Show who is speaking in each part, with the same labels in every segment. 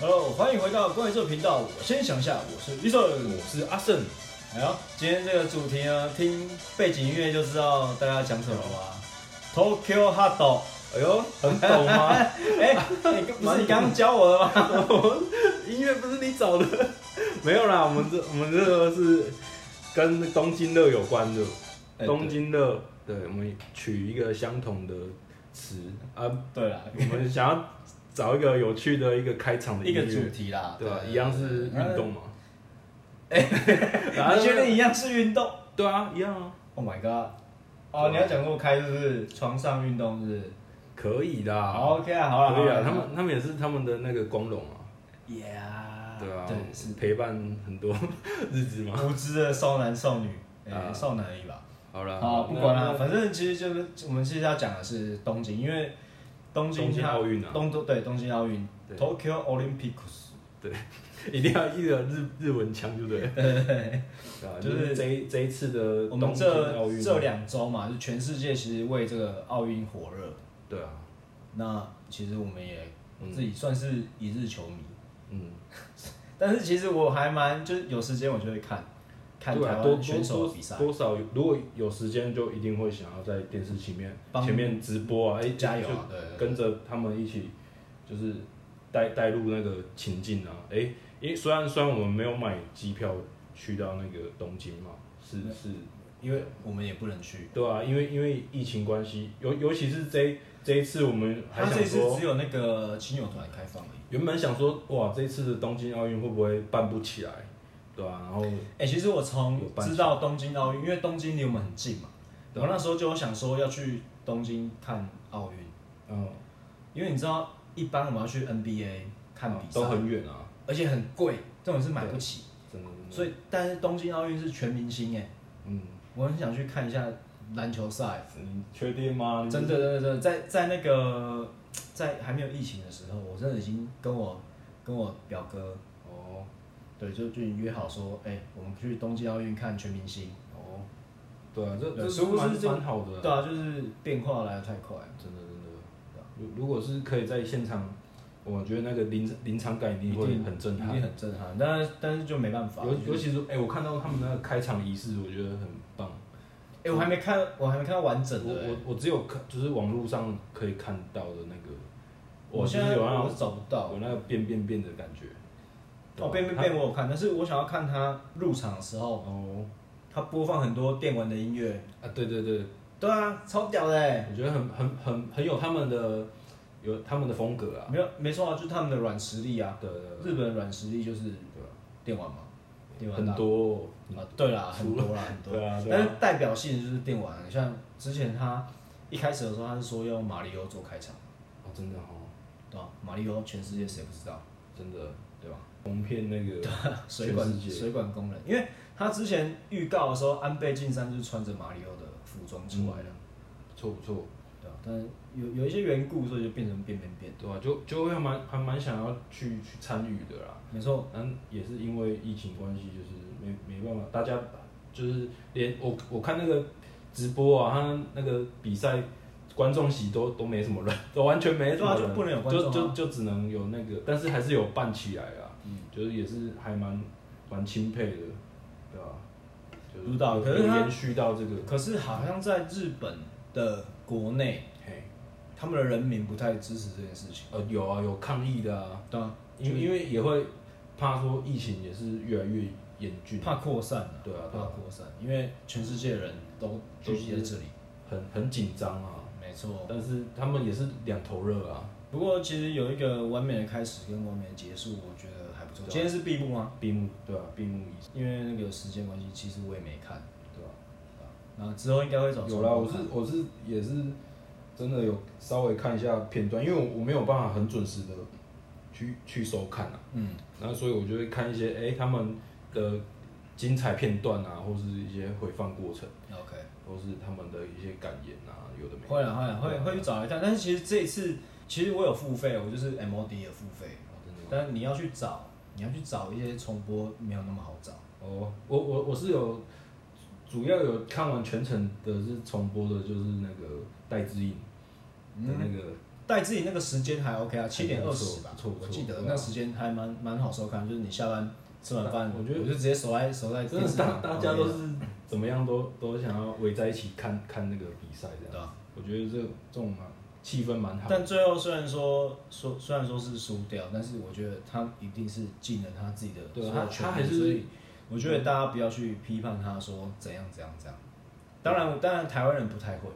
Speaker 1: Hello，欢迎回到怪兽频道。我先想一下，我是 Eason。
Speaker 2: 我是阿胜，
Speaker 1: 哎呦，今天这个主题呢，听背景音乐就知道大家要讲什么了吧？Tokyo Hot。
Speaker 2: 哎呦，很懂吗？
Speaker 1: 哎、你刚不是你刚刚教我的 吗？
Speaker 2: 音乐不是你找的， 没有啦，我们这我们这个是跟东京热有关的，
Speaker 1: 哎
Speaker 2: 东京热，对，我们取一个相同的词 啊，
Speaker 1: 对啦，
Speaker 2: 我们想要找一个有趣的一个开场的
Speaker 1: 一
Speaker 2: 音
Speaker 1: 个
Speaker 2: 乐，
Speaker 1: 主题啦，
Speaker 2: 对吧、啊一样是运动嘛，
Speaker 1: 啊。
Speaker 2: 哎
Speaker 1: 你确定一样是运动
Speaker 2: 对啊，一样啊，
Speaker 1: ？Oh my god！哦，你要讲过开就是床上运动是不是？
Speaker 2: 可以的，
Speaker 1: 好，OK 啊，好了，
Speaker 2: 可以啊，
Speaker 1: 好啦
Speaker 2: 他们他们也是他们的那个光荣啊，
Speaker 1: ，Yeah，
Speaker 2: 对啊，
Speaker 1: 对是
Speaker 2: 陪伴很多 日子嘛，
Speaker 1: 无知的少男少女，哎、
Speaker 2: 啊
Speaker 1: 少男而已吧。
Speaker 2: 好啦，
Speaker 1: 啊，不管了，
Speaker 2: 那
Speaker 1: 反正其实就是我们其实要讲的是东京，因为东京
Speaker 2: 东京
Speaker 1: 它
Speaker 2: 奥运啊
Speaker 1: 东都对东京奥运
Speaker 2: 对
Speaker 1: ，Tokyo Olympics，
Speaker 2: 一定要一个日日文腔，对不 对？对啊，
Speaker 1: 就
Speaker 2: 就是是这一这一次的
Speaker 1: 我们
Speaker 2: 东京奥
Speaker 1: 这
Speaker 2: 运，啊
Speaker 1: 这两周嘛，就全世界其实为这个奥运火热。
Speaker 2: 对啊，
Speaker 1: 那其实我们也我
Speaker 2: 嗯
Speaker 1: 自己算是一日球迷，
Speaker 2: 嗯，
Speaker 1: 但是其实我还蛮就是有时间我就会看看
Speaker 2: 对
Speaker 1: 台
Speaker 2: 啊，多
Speaker 1: 湾
Speaker 2: 多
Speaker 1: 选手
Speaker 2: 多
Speaker 1: 的比赛，
Speaker 2: 多少有如果有时间就一定会想要在电视前面
Speaker 1: 帮
Speaker 2: 前面直播啊，哎，
Speaker 1: 加油
Speaker 2: 就
Speaker 1: 啊！对对对
Speaker 2: 跟着他们一起，就是带带入那个情境啊，哎，因为虽然虽然我们没有买机票去到那个东京嘛，是是，因为
Speaker 1: 我们也不能去，
Speaker 2: 对啊，因为因为疫情关系，尤尤其是这一这一次我们还
Speaker 1: 他
Speaker 2: 想
Speaker 1: 这次
Speaker 2: 说。
Speaker 1: 只有那个亲友团开放而已。
Speaker 2: 原本想说，哇，这次的东京奥运会不会办不起来，对吧、然后，
Speaker 1: 哎、其实我从
Speaker 2: 有办
Speaker 1: 知道东京奥运，因为东京离我们很近嘛，我那时候就有想说要去东京看奥运，
Speaker 2: 嗯，
Speaker 1: 因为你知道，一般我们要去 NBA 看比赛，
Speaker 2: 都很远啊，
Speaker 1: 而且很贵，这种是买不起。
Speaker 2: 真的，真的
Speaker 1: 所以，但是东京奥运是全明星哎、
Speaker 2: 嗯，
Speaker 1: 我很想去看一下篮球赛，
Speaker 2: 你确定吗？你
Speaker 1: 真的，真的，真的，在在那个在还没有疫情的时候，我真的已经跟我跟我表哥，
Speaker 2: 哦
Speaker 1: 对，就就已经约好说，哎、我们去东京奥运看全明星。
Speaker 2: 哦，对啊，这
Speaker 1: 对
Speaker 2: 这
Speaker 1: 殊不知
Speaker 2: 蛮
Speaker 1: 这
Speaker 2: 蛮好的啊、
Speaker 1: 对啊，就是变化来的太快了。
Speaker 2: 真的真的，如如果是可以在现场，我觉得那个临临场感一定会很震
Speaker 1: 一定
Speaker 2: 撼，
Speaker 1: 很震撼。但是但是就没办法。
Speaker 2: 尤
Speaker 1: 就是
Speaker 2: 尤其是哎、我看到他们那个开场仪式，我觉得很棒。
Speaker 1: 哎、我还没看，我还没看完整
Speaker 2: 我
Speaker 1: 的、欸
Speaker 2: 我我只有看，就是网络上可以看到的那个，
Speaker 1: 我
Speaker 2: 就
Speaker 1: 现
Speaker 2: 是
Speaker 1: 在
Speaker 2: 有啊那
Speaker 1: 我
Speaker 2: 种
Speaker 1: 是找不到。
Speaker 2: 有那个变变变的感觉。啊
Speaker 1: 哦，变变变，我有看，但是我想要看他入场的时
Speaker 2: 它
Speaker 1: 候，
Speaker 2: 哦
Speaker 1: 他播放很多电玩的音乐。
Speaker 2: 啊，对对对，
Speaker 1: 对啊，超屌的、欸。
Speaker 2: 我觉得很很很很有他们的有他们的风格啊。
Speaker 1: 没有，没错啊，就是他们的软实力啊。
Speaker 2: 对对
Speaker 1: 日本的软实力就是电玩嘛，电
Speaker 2: 对，
Speaker 1: 玩
Speaker 2: 很
Speaker 1: 大
Speaker 2: 多
Speaker 1: 啊，对啦，很多啦，很多。
Speaker 2: 对啊对啊
Speaker 1: 但是代表性的就是电玩，啊像之前他一开始的时候，他是说用马里奥做开场，
Speaker 2: 哦，真的哦，
Speaker 1: 对吧、马里奥全世界谁不知道，
Speaker 2: 真的
Speaker 1: 对吧？
Speaker 2: 红遍那个
Speaker 1: 水管
Speaker 2: 全世界
Speaker 1: 水管工人，因为他之前预告的时候，安倍晋三就是穿着马里奥的服装出来的，
Speaker 2: 不错不错，
Speaker 1: 对吧、但有有一些缘故，所以就变成变变变。
Speaker 2: 对吧、啊就就会还蛮还蛮想要去去参与的啦。
Speaker 1: 没错，
Speaker 2: 嗯，也是因为疫情关系，就是没没办法，大家就是连我我看那个直播啊，他那个比赛观众席都都没什么人，都完全没什么
Speaker 1: 对啊
Speaker 2: 人，
Speaker 1: 就不能有观众啊
Speaker 2: 就就就只能有那个，但是还是有办起来啊，
Speaker 1: 嗯
Speaker 2: 就是也是还蛮蛮钦佩的，对吧、就是
Speaker 1: 知道
Speaker 2: 有
Speaker 1: 可是他
Speaker 2: 有延续到这个，
Speaker 1: 可是好像在日本的国内，
Speaker 2: 嘿，
Speaker 1: 他们的人民不太支持这件事情，
Speaker 2: 呃，有啊，有抗议的啊，
Speaker 1: 对啊，
Speaker 2: 因为因为也会怕说疫情也是越来越严峻，
Speaker 1: 怕扩散啊，
Speaker 2: 对啊
Speaker 1: 怕
Speaker 2: 对啊
Speaker 1: 扩散，因为全世界人都聚集在这里，
Speaker 2: 很很紧张啊。
Speaker 1: 没错。
Speaker 2: 但是他们也是两头热啊，
Speaker 1: 不过其实有一个完美的开始跟完美的结束，我觉得还不错。
Speaker 2: 对啊
Speaker 1: 今天是闭幕吗？
Speaker 2: 闭幕对啊，闭幕仪式
Speaker 1: 因为那个时间关系，其实我也没看。
Speaker 2: 对吧、
Speaker 1: 然后之后应该会找
Speaker 2: 有啦，
Speaker 1: 重
Speaker 2: 我
Speaker 1: 播
Speaker 2: 是
Speaker 1: 看
Speaker 2: 我是也是真的有稍微看一下片段，因为我我没有办法很准时的去去收看啊，
Speaker 1: 嗯，
Speaker 2: 然后所以我就会看一些哎、他们的精彩片段啊，或是一些回放过程，
Speaker 1: OK，
Speaker 2: 或是他们的一些感言啊，有的没的。
Speaker 1: 会了会了会会去找一下，但是其实这一次其实我有付费，我就是 MOD 也付费，
Speaker 2: 哦真的
Speaker 1: 但你要去找你要去找一些重播没有那么好找，
Speaker 2: 哦，我我我是有主要有看完全程的是重播的，就是那个戴之颖的那个
Speaker 1: 带自己那个时间还 OK 啊，七点二
Speaker 2: 不
Speaker 1: 十
Speaker 2: 错
Speaker 1: 吧
Speaker 2: 不错，不
Speaker 1: 我
Speaker 2: 错
Speaker 1: 记得
Speaker 2: 对啊
Speaker 1: 那时间还蛮蛮好收看，就是你下班吃完饭，
Speaker 2: 我觉得
Speaker 1: 我就直接守在守在
Speaker 2: 真
Speaker 1: 电
Speaker 2: 的
Speaker 1: 视
Speaker 2: 大
Speaker 1: 旁
Speaker 2: 大家都
Speaker 1: 旁
Speaker 2: 是
Speaker 1: 边啊
Speaker 2: 怎么样都都想要围在一起看看那个比赛这
Speaker 1: 对
Speaker 2: 样
Speaker 1: 啊。
Speaker 2: 我觉得这这种嘛气氛蛮好的。
Speaker 1: 但最后虽然说说虽然说是输掉，但是我觉得他一定是尽了他自己的
Speaker 2: 对啊
Speaker 1: 所有
Speaker 2: 他
Speaker 1: 权
Speaker 2: 他
Speaker 1: 利
Speaker 2: 还是
Speaker 1: 所以我觉得大家不要去批判他说怎样怎样怎样。当然，当然台湾人不太会。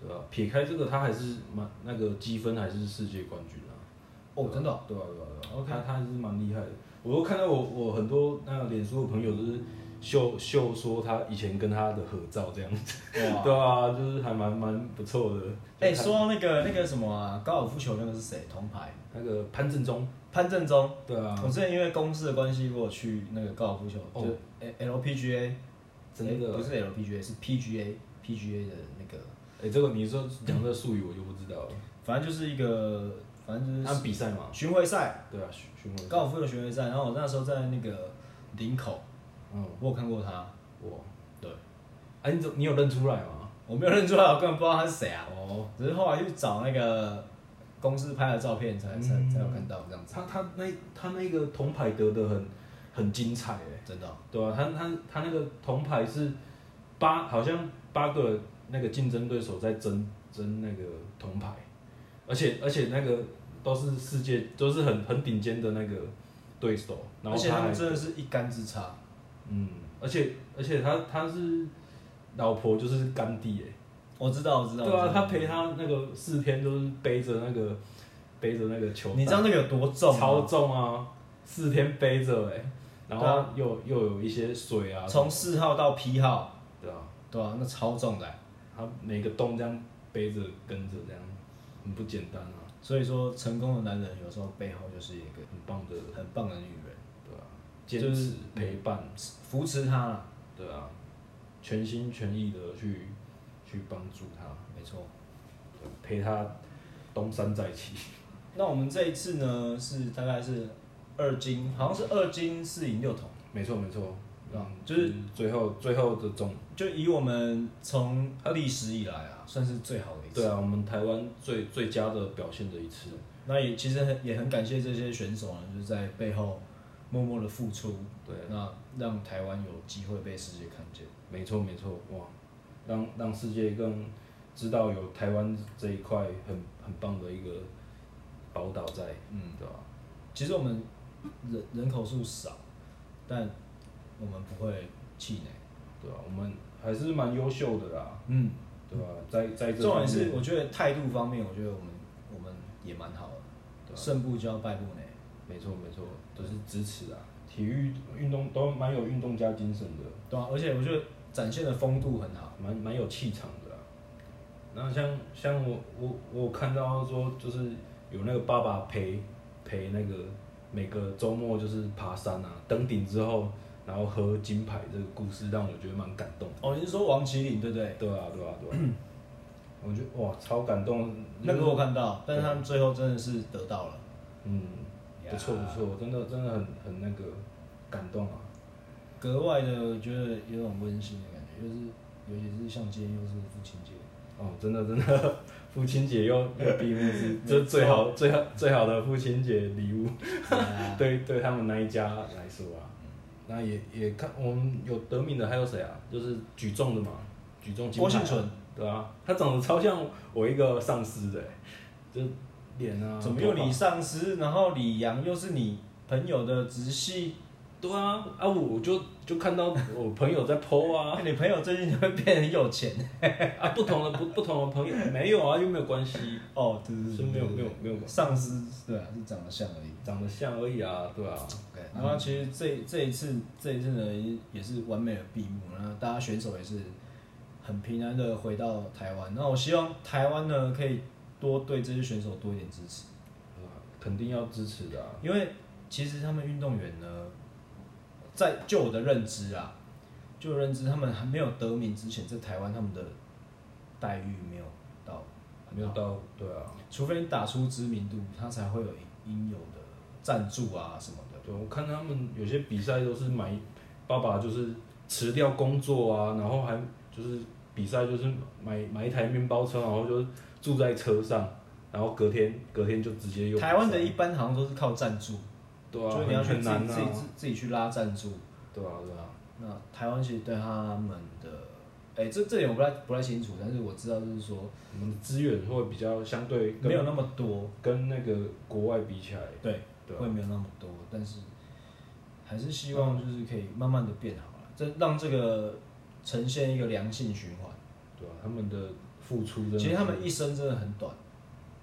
Speaker 2: 对啊，撇开这个，他还是蛮那个积分还是世界冠军啊。
Speaker 1: 哦，真的哦、
Speaker 2: 对啊，对啊，对啊。
Speaker 1: OK
Speaker 2: 他他还是蛮厉害的。我都看到我我很多那个脸书的朋友就是秀秀说他以前跟他的合照这样子。
Speaker 1: 哇！
Speaker 2: 对啊，就是还蛮蛮不错的。
Speaker 1: 哎、
Speaker 2: 就看
Speaker 1: 说到那个那个什么啊，高尔夫球那个是谁？铜牌
Speaker 2: 那个潘正中，
Speaker 1: 潘正中。
Speaker 2: 对啊，
Speaker 1: 我之前因为公司的关系，我有去那个高尔夫球，
Speaker 2: 哦
Speaker 1: 就 L P G A，哎
Speaker 2: 真的
Speaker 1: 不是 L P G A，是 P G A P G A 的那个，
Speaker 2: 哎、这个你说讲这个术语我就不知道了。
Speaker 1: 反正就是一个，反正就
Speaker 2: 他
Speaker 1: 是
Speaker 2: 们比赛嘛，
Speaker 1: 巡回赛。
Speaker 2: 对啊，巡巡回赛，
Speaker 1: 高尔夫的巡回赛，然后我那时候在那个林口，
Speaker 2: 嗯，
Speaker 1: 我有看过他，
Speaker 2: 我，
Speaker 1: 对，
Speaker 2: 哎、你怎你有认出来吗？
Speaker 1: 我没有认出来，我根本不知道他是谁啊，
Speaker 2: 哦，
Speaker 1: 只是后来去找那个公司拍的照片才才
Speaker 2: 嗯
Speaker 1: 才有看到这样子，
Speaker 2: 他他那他那个铜牌得的很很精彩哎，
Speaker 1: 真的哦、
Speaker 2: 对啊，他他他那个铜牌是八，好像八个那个竞争对手在争争那个铜牌，而且而且那个都是世界都是很很顶尖的那个对手，然
Speaker 1: 而
Speaker 2: 后
Speaker 1: 且他
Speaker 2: 还
Speaker 1: 们真的是一杆之差，
Speaker 2: 嗯，而且而且他他是老婆就是干弟哎。
Speaker 1: 我知道，我知道，
Speaker 2: 对啊，
Speaker 1: 我知道
Speaker 2: 他陪他那个四天都是背着那个背着那个球袋，
Speaker 1: 你知道那个有多重吗？
Speaker 2: 超重啊，四天背着哎、
Speaker 1: 对
Speaker 2: 然后
Speaker 1: 啊
Speaker 2: 又又有一些水啊，
Speaker 1: 从四号到 P 号，
Speaker 2: 对啊，
Speaker 1: 对啊，那超重的欸、
Speaker 2: 他每个洞这样背着跟着这样，很不简单啊，
Speaker 1: 所以说成功的男人有时候背后就是一个
Speaker 2: 很棒的，
Speaker 1: 很棒的女人，
Speaker 2: 对啊，坚
Speaker 1: 就是
Speaker 2: 持陪伴，
Speaker 1: 扶持他啦，
Speaker 2: 对啊，全心全意的去去帮助他，
Speaker 1: 没错。
Speaker 2: 对陪他东山再起，
Speaker 1: 那我们这一次呢是大概是二金，好像是二金四银六铜，
Speaker 2: 没错没错，
Speaker 1: 嗯
Speaker 2: 嗯，
Speaker 1: 就是
Speaker 2: 最后最后的总
Speaker 1: 就以我们从历史以来啊，算是最好的一次。
Speaker 2: 对啊，我们台湾最最佳的表现的一次，
Speaker 1: 那也其实很也很感谢这些选手呢，啊就是在背后默默的付出，
Speaker 2: 对，
Speaker 1: 那让台湾有机会被世界看见。
Speaker 2: 没错没错，哇，让让世界更知道有台湾这一块很很棒的一个宝岛在，
Speaker 1: 嗯，
Speaker 2: 对吧、啊
Speaker 1: 其实我们人人口数少，但我们不会气馁。
Speaker 2: 对吧、啊我们还是蛮优秀的啦，
Speaker 1: 嗯，
Speaker 2: 对吧、啊在在这
Speaker 1: 重
Speaker 2: 方
Speaker 1: 点
Speaker 2: 面
Speaker 1: 是我觉得态度方面，我觉得我们我们也蛮好
Speaker 2: 对
Speaker 1: 的，
Speaker 2: 啊
Speaker 1: 胜不骄败不馁。
Speaker 2: 没错没错，就是支持啊，体育运动都蛮有运动家精神的。
Speaker 1: 对啊，而且我觉得展现的风度很好。
Speaker 2: 啊蛮蛮有气场的、啊。那像像我我我有看到说，就是有那个爸爸陪陪那个每个周末就是爬山啊，登顶之后，然后喝金牌这个故事，让我觉得蛮感动的。
Speaker 1: 哦，你是说王麒麟对不对？
Speaker 2: 对啊对啊对啊，我觉得哇超感动。
Speaker 1: 那个我看到，但是他们最后真的是得到了。
Speaker 2: 嗯，不错
Speaker 1: 呀
Speaker 2: 不错，真的真的很很那个感动啊。
Speaker 1: 格外的，我觉得有种温馨的感觉，就是尤其是像今天又是父亲 节，
Speaker 2: 哦，真的真的， 父亲节又又闭幕式，这是最好最好最好的父亲节礼物。
Speaker 1: 对啊
Speaker 2: 对对他们那一家来说啊，那也也看我们有得名的还有谁啊？就是举重的嘛，举重金
Speaker 1: 郭
Speaker 2: 牌、啊。
Speaker 1: 幸存。
Speaker 2: 对啊，他长得超像我一个上司的欸、就是脸啊。
Speaker 1: 怎么又
Speaker 2: 头
Speaker 1: 你
Speaker 2: 发？
Speaker 1: 上司，然后李阳又是你朋友的直系，
Speaker 2: 对啊，啊我我就就看到我朋友在 PO 啊，
Speaker 1: 你朋友最近就会变得很有钱
Speaker 2: 啊不同的不不同的朋友没有啊，又没有关系，
Speaker 1: 哦，对对
Speaker 2: 是
Speaker 1: 对，
Speaker 2: 没有
Speaker 1: 对
Speaker 2: 没有没有
Speaker 1: 上司对啊，是长得像而已。
Speaker 2: 长得像而已啊，对啊，
Speaker 1: 对，然后其实这这一次这一次呢也是完美的闭幕，然后大家选手也是很平安的回到台湾。那我希望台湾呢可以多对这些选手多一点支持，
Speaker 2: 对啊肯定要支持的、啊。
Speaker 1: 因为其实他们运动员呢，在就我的认知啊，就我认知他们还没有得名之前，在台湾他们的待遇没有到
Speaker 2: 没有到对啊，
Speaker 1: 除非你打出知名度，他才会有应有的赞助啊什么的。
Speaker 2: 对，我看他们有些比赛都是买，爸爸就是辞掉工作啊，然后还就是比赛就是买买一台面包车，然后就住在车上，然后隔天隔天就直接又
Speaker 1: 台湾的一般好像都是靠赞助，
Speaker 2: 对啊，
Speaker 1: 就是你要去
Speaker 2: 很
Speaker 1: 自己、
Speaker 2: 难
Speaker 1: 自己
Speaker 2: 啊，
Speaker 1: 自自己去拉赞助。
Speaker 2: 对啊对啊，
Speaker 1: 那台湾其实对他们的，哎、这这点我不太不太清楚，但是我知道就是说
Speaker 2: 我们的资源会比较相对跟
Speaker 1: 没有那么多，
Speaker 2: 跟那个国外比起来，
Speaker 1: 对，
Speaker 2: 对啊
Speaker 1: 会没有那么多，但是还是希望就是可以慢慢的变好了，这让这个呈现一个良性循环。
Speaker 2: 对啊，他们的付出真的是，
Speaker 1: 其实他们一生真的很短，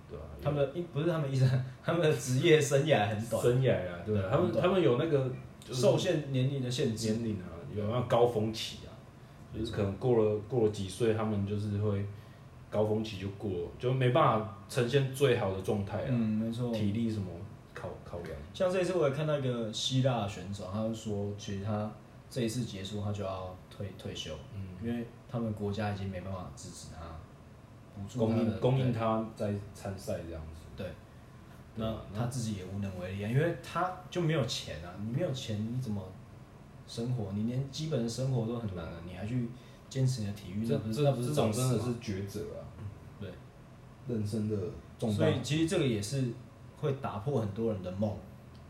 Speaker 2: 对啊，
Speaker 1: 他们的一不是他们一生， 他们的职业生涯很短，
Speaker 2: 生涯啊，对啊
Speaker 1: 对，
Speaker 2: 他们
Speaker 1: 很短
Speaker 2: 他们有那个就是
Speaker 1: 受限年龄的限制。
Speaker 2: 年龄啊，有那高峰期啊，就是可能过了过了几岁，他们就是会高峰期就过了，就没办法呈现最好的状态啊，
Speaker 1: 嗯，没错。
Speaker 2: 体力什么考考量，
Speaker 1: 像这一次我也看到一个希腊的选手，他就说，其实他这一次结束他就要退退休，
Speaker 2: 嗯，
Speaker 1: 因为他们国家已经没办法支持他，补助
Speaker 2: 供
Speaker 1: 他
Speaker 2: 应
Speaker 1: 的
Speaker 2: 供应
Speaker 1: 对
Speaker 2: 他在参赛这样子，
Speaker 1: 对，啊那他自己也无能为力啊，因为他就没有钱啊，你没有钱你怎么生活？你连基本的生活都很难了、你还去坚持你的体育，
Speaker 2: 这
Speaker 1: 那不是
Speaker 2: 这
Speaker 1: 那不是
Speaker 2: 这
Speaker 1: 找
Speaker 2: 种
Speaker 1: 死
Speaker 2: 真的
Speaker 1: 吗
Speaker 2: 是抉择啊，
Speaker 1: 对，
Speaker 2: 人生的重
Speaker 1: 所
Speaker 2: 担
Speaker 1: 以，其实这个也是会打破很多人的梦，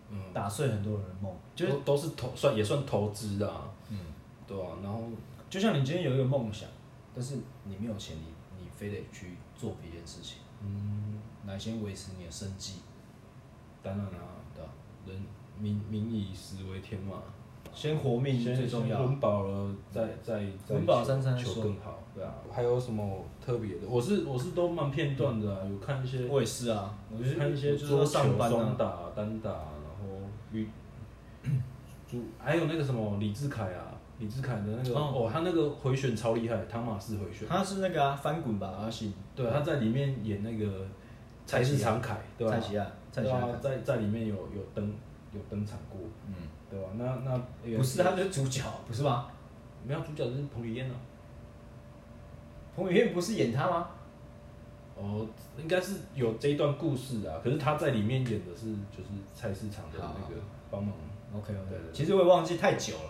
Speaker 2: 嗯，
Speaker 1: 打碎很多人的梦，就
Speaker 2: 就是是都是投算也算投资啊，
Speaker 1: 嗯。
Speaker 2: 对啊，然后
Speaker 1: 就像你今天有一个梦想，但是你没有钱，你你非得去做别的事情
Speaker 2: 嗯，
Speaker 1: 来先维持你的生计，
Speaker 2: 当然啊，
Speaker 1: 对吧？
Speaker 2: 人民民以食为天嘛。
Speaker 1: 先活命
Speaker 2: 先
Speaker 1: 最重
Speaker 2: 先
Speaker 1: 要。嗯
Speaker 2: 温饱了，再再再
Speaker 1: 温饱
Speaker 2: 求
Speaker 1: 三餐再
Speaker 2: 求
Speaker 1: 说
Speaker 2: 更好，对啊。还有什么特别的？我是我是都蛮片段的啊，有看一些，
Speaker 1: 我也是啊，我就是
Speaker 2: 看一些就是
Speaker 1: 桌
Speaker 2: 说
Speaker 1: 上班
Speaker 2: 双
Speaker 1: 啊，
Speaker 2: 打、单打，然后与 主还有那个什么李志凯啊，李志凯的那个
Speaker 1: 哦
Speaker 2: 哦，他那个回旋超厉害，汤马士回旋，
Speaker 1: 他是那个啊翻滚吧阿信，
Speaker 2: 对，啊他在里面演那个菜市场凯，对吧
Speaker 1: 蔡？奇亚，蔡
Speaker 2: 对
Speaker 1: 奇亚
Speaker 2: 啊，，在在里面有有登有登场过，
Speaker 1: 嗯，
Speaker 2: 对吧？那那
Speaker 1: 不是他就是主角，不是吗？
Speaker 2: 没有主角就是彭于晏啊。
Speaker 1: 彭于晏不是演他吗？
Speaker 2: 哦，应该是有这一段故事啊，可是他在里面演的是就是菜市场的
Speaker 1: 好啊
Speaker 2: 那个帮忙，
Speaker 1: OK
Speaker 2: 对
Speaker 1: OK，
Speaker 2: 对对
Speaker 1: 其实我也忘记太久了，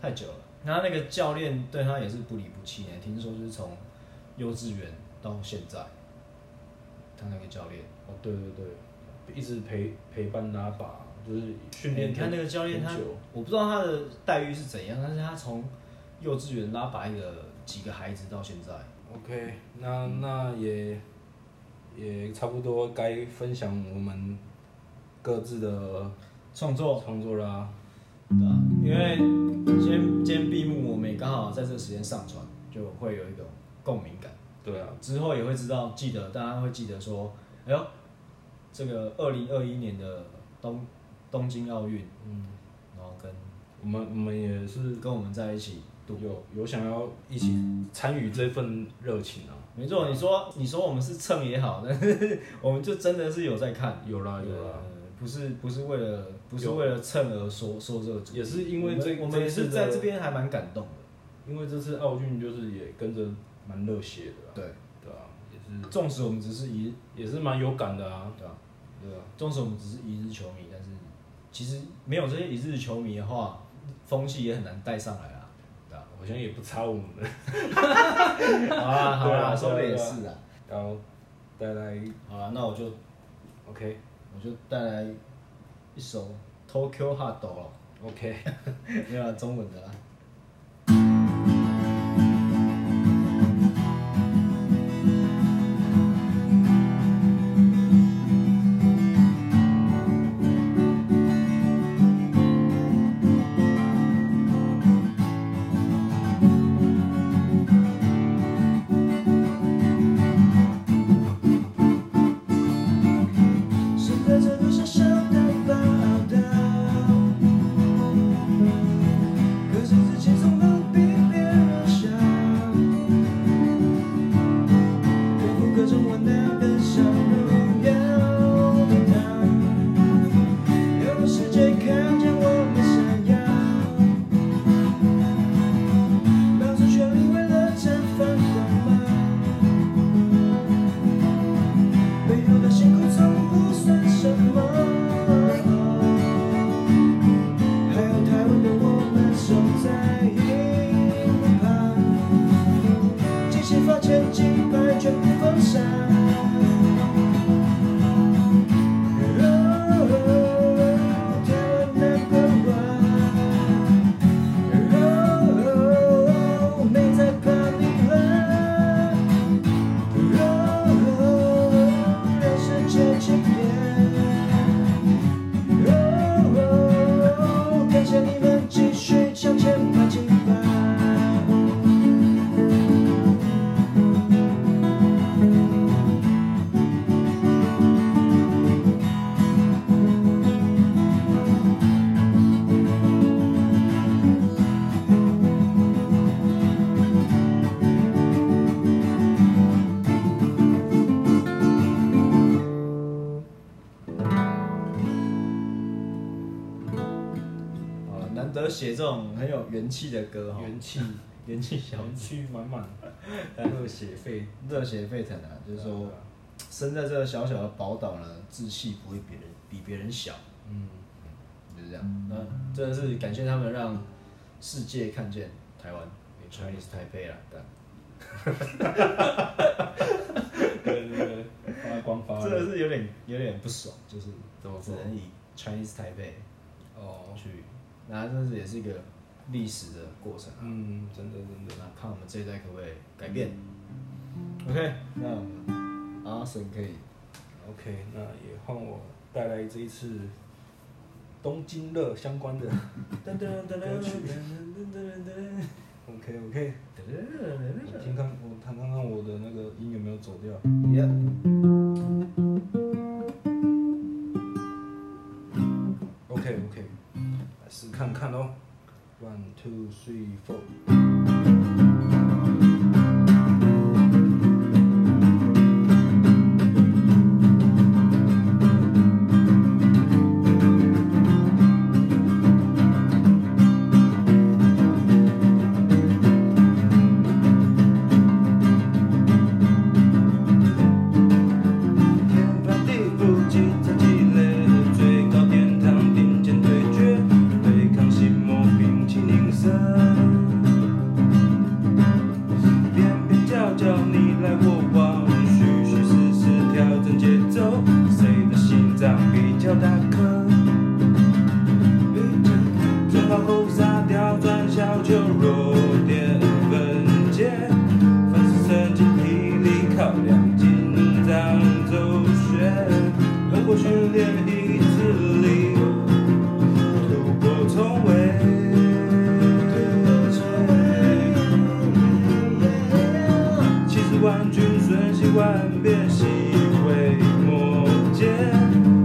Speaker 1: 太久了。然后那个教练对他也是不离不弃呢，听说就是从幼稚园到现在，他那个教练，
Speaker 2: 哦，对对对，一直陪陪伴拉拔，就是训
Speaker 1: 哎
Speaker 2: 练
Speaker 1: 你
Speaker 2: 很。
Speaker 1: 看那个教练他
Speaker 2: 很久，
Speaker 1: 我不知道他的待遇是怎样，但是他从幼稚园拉拔一个几个孩子到现在，
Speaker 2: OK，那那
Speaker 1: 嗯
Speaker 2: 也也差不多该分享我们各自的
Speaker 1: 创作
Speaker 2: 创作啦、
Speaker 1: 对啊，因为今天今天闭幕，我们也刚好在这个时间上传，就会有一种共鸣感。
Speaker 2: 对啊，
Speaker 1: 之后也会知道，记得大家会记得说，哎呦，这个二零二一年的东东京奥运，
Speaker 2: 嗯，
Speaker 1: 然后跟
Speaker 2: 我们我们也是
Speaker 1: 跟我们在一起度。
Speaker 2: 有有想要一起参与这份热情啊，
Speaker 1: 没错，你说你说我们是蹭也好，但是我们就真的是有在看，
Speaker 2: 有啦有
Speaker 1: 呃
Speaker 2: 啦。，
Speaker 1: 不是不是为了不是为了蹭而说说这个主题，
Speaker 2: 也是因为这
Speaker 1: 我们我们也
Speaker 2: 这
Speaker 1: 是
Speaker 2: 次的
Speaker 1: 在这边还蛮感动的，
Speaker 2: 因为这次奥运就是也跟着蛮热血的、啊，
Speaker 1: 对，
Speaker 2: 对啊，也
Speaker 1: 纵使我们只是一日
Speaker 2: 是也是蛮有感的啊，
Speaker 1: 对吧、
Speaker 2: 对啊，
Speaker 1: 纵使我们只是一日球迷，但是其实没有这些一日球迷的话，风气也很难带上来啊。对啊
Speaker 2: 好像也不差我 们的，
Speaker 1: 好啦好
Speaker 2: 对啊
Speaker 1: 啦，说的也
Speaker 2: 对啊
Speaker 1: 是啊。
Speaker 2: 然后带来
Speaker 1: 好啊啦，那我就
Speaker 2: OK
Speaker 1: 我就带来一首 Tokyo Hot Dog 了，
Speaker 2: OK，
Speaker 1: 没有啦啊中文的啦。
Speaker 3: 是隔着路上上的报道，可是
Speaker 1: 哦得写这种很有元气的歌哈，
Speaker 2: 元气
Speaker 1: 元气小
Speaker 2: 园
Speaker 1: 子，
Speaker 2: 区满满，热血沸，
Speaker 1: 热血沸腾啊！就是说，生在这小小的宝岛呢，志气不会别人比别人小，
Speaker 2: 嗯，
Speaker 1: 就是这样。那真的是感谢他们让世界看见台湾
Speaker 2: 没错
Speaker 1: ，Chinese Taipei 啦，干
Speaker 2: 对对对，发光发
Speaker 1: 真的
Speaker 2: 热，
Speaker 1: 是有点有点不爽，就是
Speaker 2: 怎么
Speaker 1: 只
Speaker 2: 说？
Speaker 1: 能以 Chinese Taipei
Speaker 2: 哦，
Speaker 1: 去，那真是也是一个历史的过程啊。
Speaker 2: 嗯，真的真的，
Speaker 1: 那看我们这一代可不可以改变。OK，那我们阿神可以
Speaker 2: OK，那也换我带来这一次东京热相关的
Speaker 1: 噔噔噔噔噔噔
Speaker 2: 歌曲
Speaker 1: 噔噔
Speaker 2: OK OK，我听
Speaker 1: 噔
Speaker 2: 看我看看看我的那个音有没有走掉。
Speaker 1: 噔噔。
Speaker 2: OK OK，来试看看喽。One two three four。天翻地覆，积攒积累的最高殿堂，顶尖对决，对抗心魔冰淇淋山。边边角角，你来我往，虚虚实实调整节奏，谁的心脏比较大颗？最好后杀掉转小球，弱点分解。凡是神经体力考量，紧张周旋，通过训练意志力，突破重围。七十万军瞬息万变，细微末节，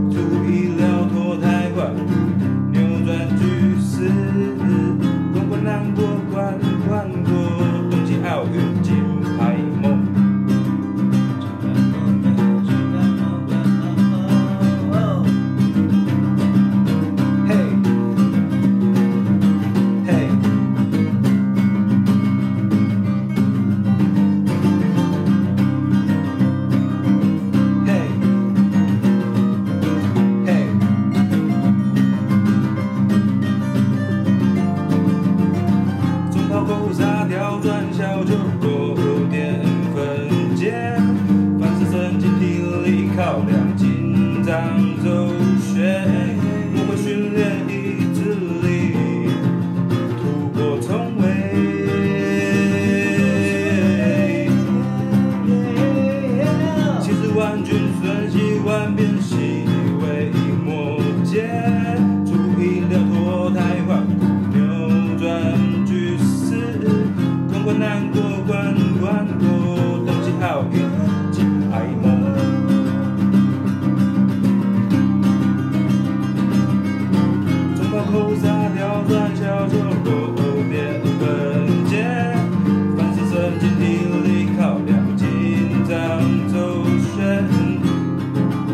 Speaker 2: 出意料脱胎换骨，扭转局势，关关难过关关过，东京奥运金牌梦。嘿，嘿。嘿，嘿。中抛勾杀掉转小球，弱点分解，凡是神经体力考量，紧张周旋，我会训练意志力，突破重围。七十万军瞬息万变，细微末节，注意的脱胎换骨，扭转局势，关关难过关关过，东西好运金牌梦。中国口杀调转小球，弱点分解，凡是神经体力考量，紧张周旋，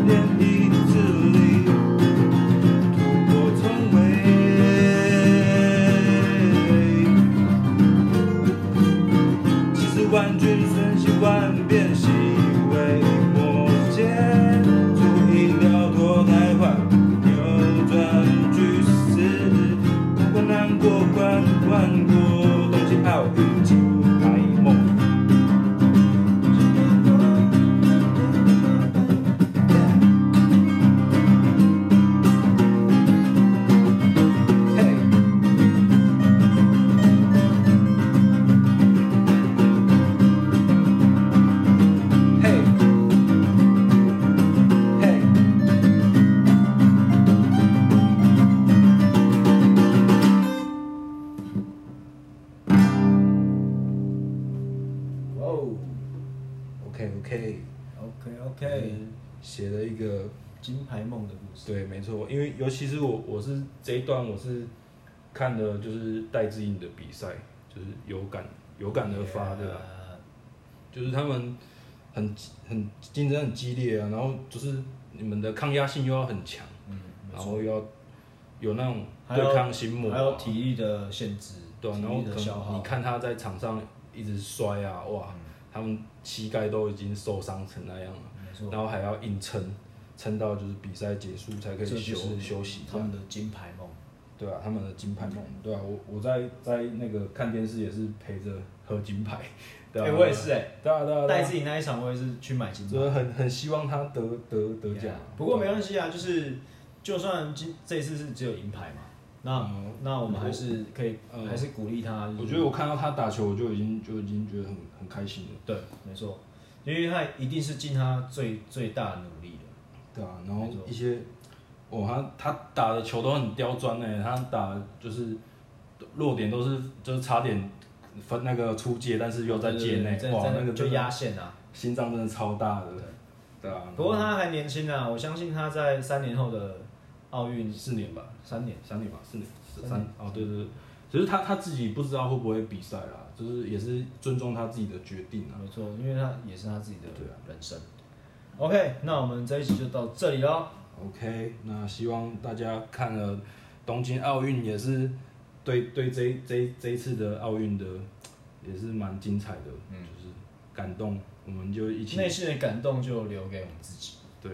Speaker 2: 练意志力，突破重围。七十万军瞬息万变，细微末节，出乎意料脱胎换骨，扭转局势，关关难过关关过，东京奥运金牌梦。嘿嘿，嘿，
Speaker 1: 哇哦
Speaker 2: OK OK，
Speaker 1: ，OK OK，
Speaker 2: 写了一个
Speaker 1: 金牌梦的故事。
Speaker 2: 对，没错，因为尤其是我，我是这一段我是看了就是戴志颖的比赛，就是有感有感而发的啦就是他们很很竞争很激烈啊，然后就是你们的抗压性又要很强，
Speaker 1: 嗯，
Speaker 2: 然后又要有那种
Speaker 1: 还有
Speaker 2: 对抗心魔、啊
Speaker 1: 还有体力的限制，
Speaker 2: 对啊、
Speaker 1: 体
Speaker 2: 然后
Speaker 1: 力
Speaker 2: 可
Speaker 1: 的消
Speaker 2: 能你
Speaker 1: 耗，嗯
Speaker 2: 看他在场上一直摔啊，哇，他们膝盖都已经受伤成那样了，
Speaker 1: 没错，
Speaker 2: 然后还要硬撑，撑到就是比赛结束才可以
Speaker 1: 这
Speaker 2: 休
Speaker 1: 就是
Speaker 2: 休息这
Speaker 1: 他
Speaker 2: 样。
Speaker 1: 们的金牌梦。
Speaker 2: 对啊，他们的金牌梦，对啊，我我在在那个看电视也是陪着喝金牌， 对啊，
Speaker 1: 哎，我也是哎，
Speaker 2: 对啊，对啊，对
Speaker 1: 带
Speaker 2: 啊，
Speaker 1: 自己那一场，我也是去买金牌。
Speaker 2: 就是很很希望他得得得奖
Speaker 1: Yeah，，不过没关系啊，就是就算今这一次是只有银牌嘛，那、
Speaker 2: 嗯
Speaker 1: 那我们还是可以，
Speaker 2: 嗯
Speaker 1: 还是鼓励他。就是
Speaker 2: 我觉得我看到他打球，我就已经就已经觉得很很开心了。
Speaker 1: 对，没错，因为他一定是尽他最最大的努力的。
Speaker 2: 对啊，然后
Speaker 1: 没错
Speaker 2: 一些，哦，他他打的球都很刁钻呢，他打就是弱点都是就是差点分那个出界，但是又在界内
Speaker 1: 对，对对
Speaker 2: 哇，
Speaker 1: 在
Speaker 2: 那个
Speaker 1: 就
Speaker 2: 真的
Speaker 1: 压线啊。
Speaker 2: 心脏真的超大的，对啊。
Speaker 1: 不过他还年轻啊，我相信他在三年后的奥运
Speaker 2: 四年吧，
Speaker 1: 三年，
Speaker 2: 三年吧，四年
Speaker 1: 三
Speaker 2: 三哦，对对对，只是他他自己不知道会不会比赛啦，就是也是尊重他自己的决定啊。
Speaker 1: 没错，因为他也是他自己的
Speaker 2: 对啊
Speaker 1: 人生。OK，那我们这一集就到这里喽。
Speaker 2: OK，那希望大家看了东京奥运也是对对这一这一这一次的奥运的也是蛮精彩的，
Speaker 1: 嗯
Speaker 2: 就是感动，我们就一起
Speaker 1: 内心的感动就留给我们自己。
Speaker 2: 对，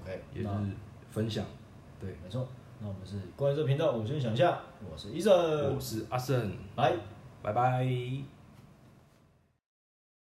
Speaker 1: OK，
Speaker 2: 也是
Speaker 1: 那
Speaker 2: 分享，对，
Speaker 1: 没错，那我们是呃关于这个频道，我是想一下，我是医生，
Speaker 2: 我是阿胜，
Speaker 1: 拜。
Speaker 2: 拜拜。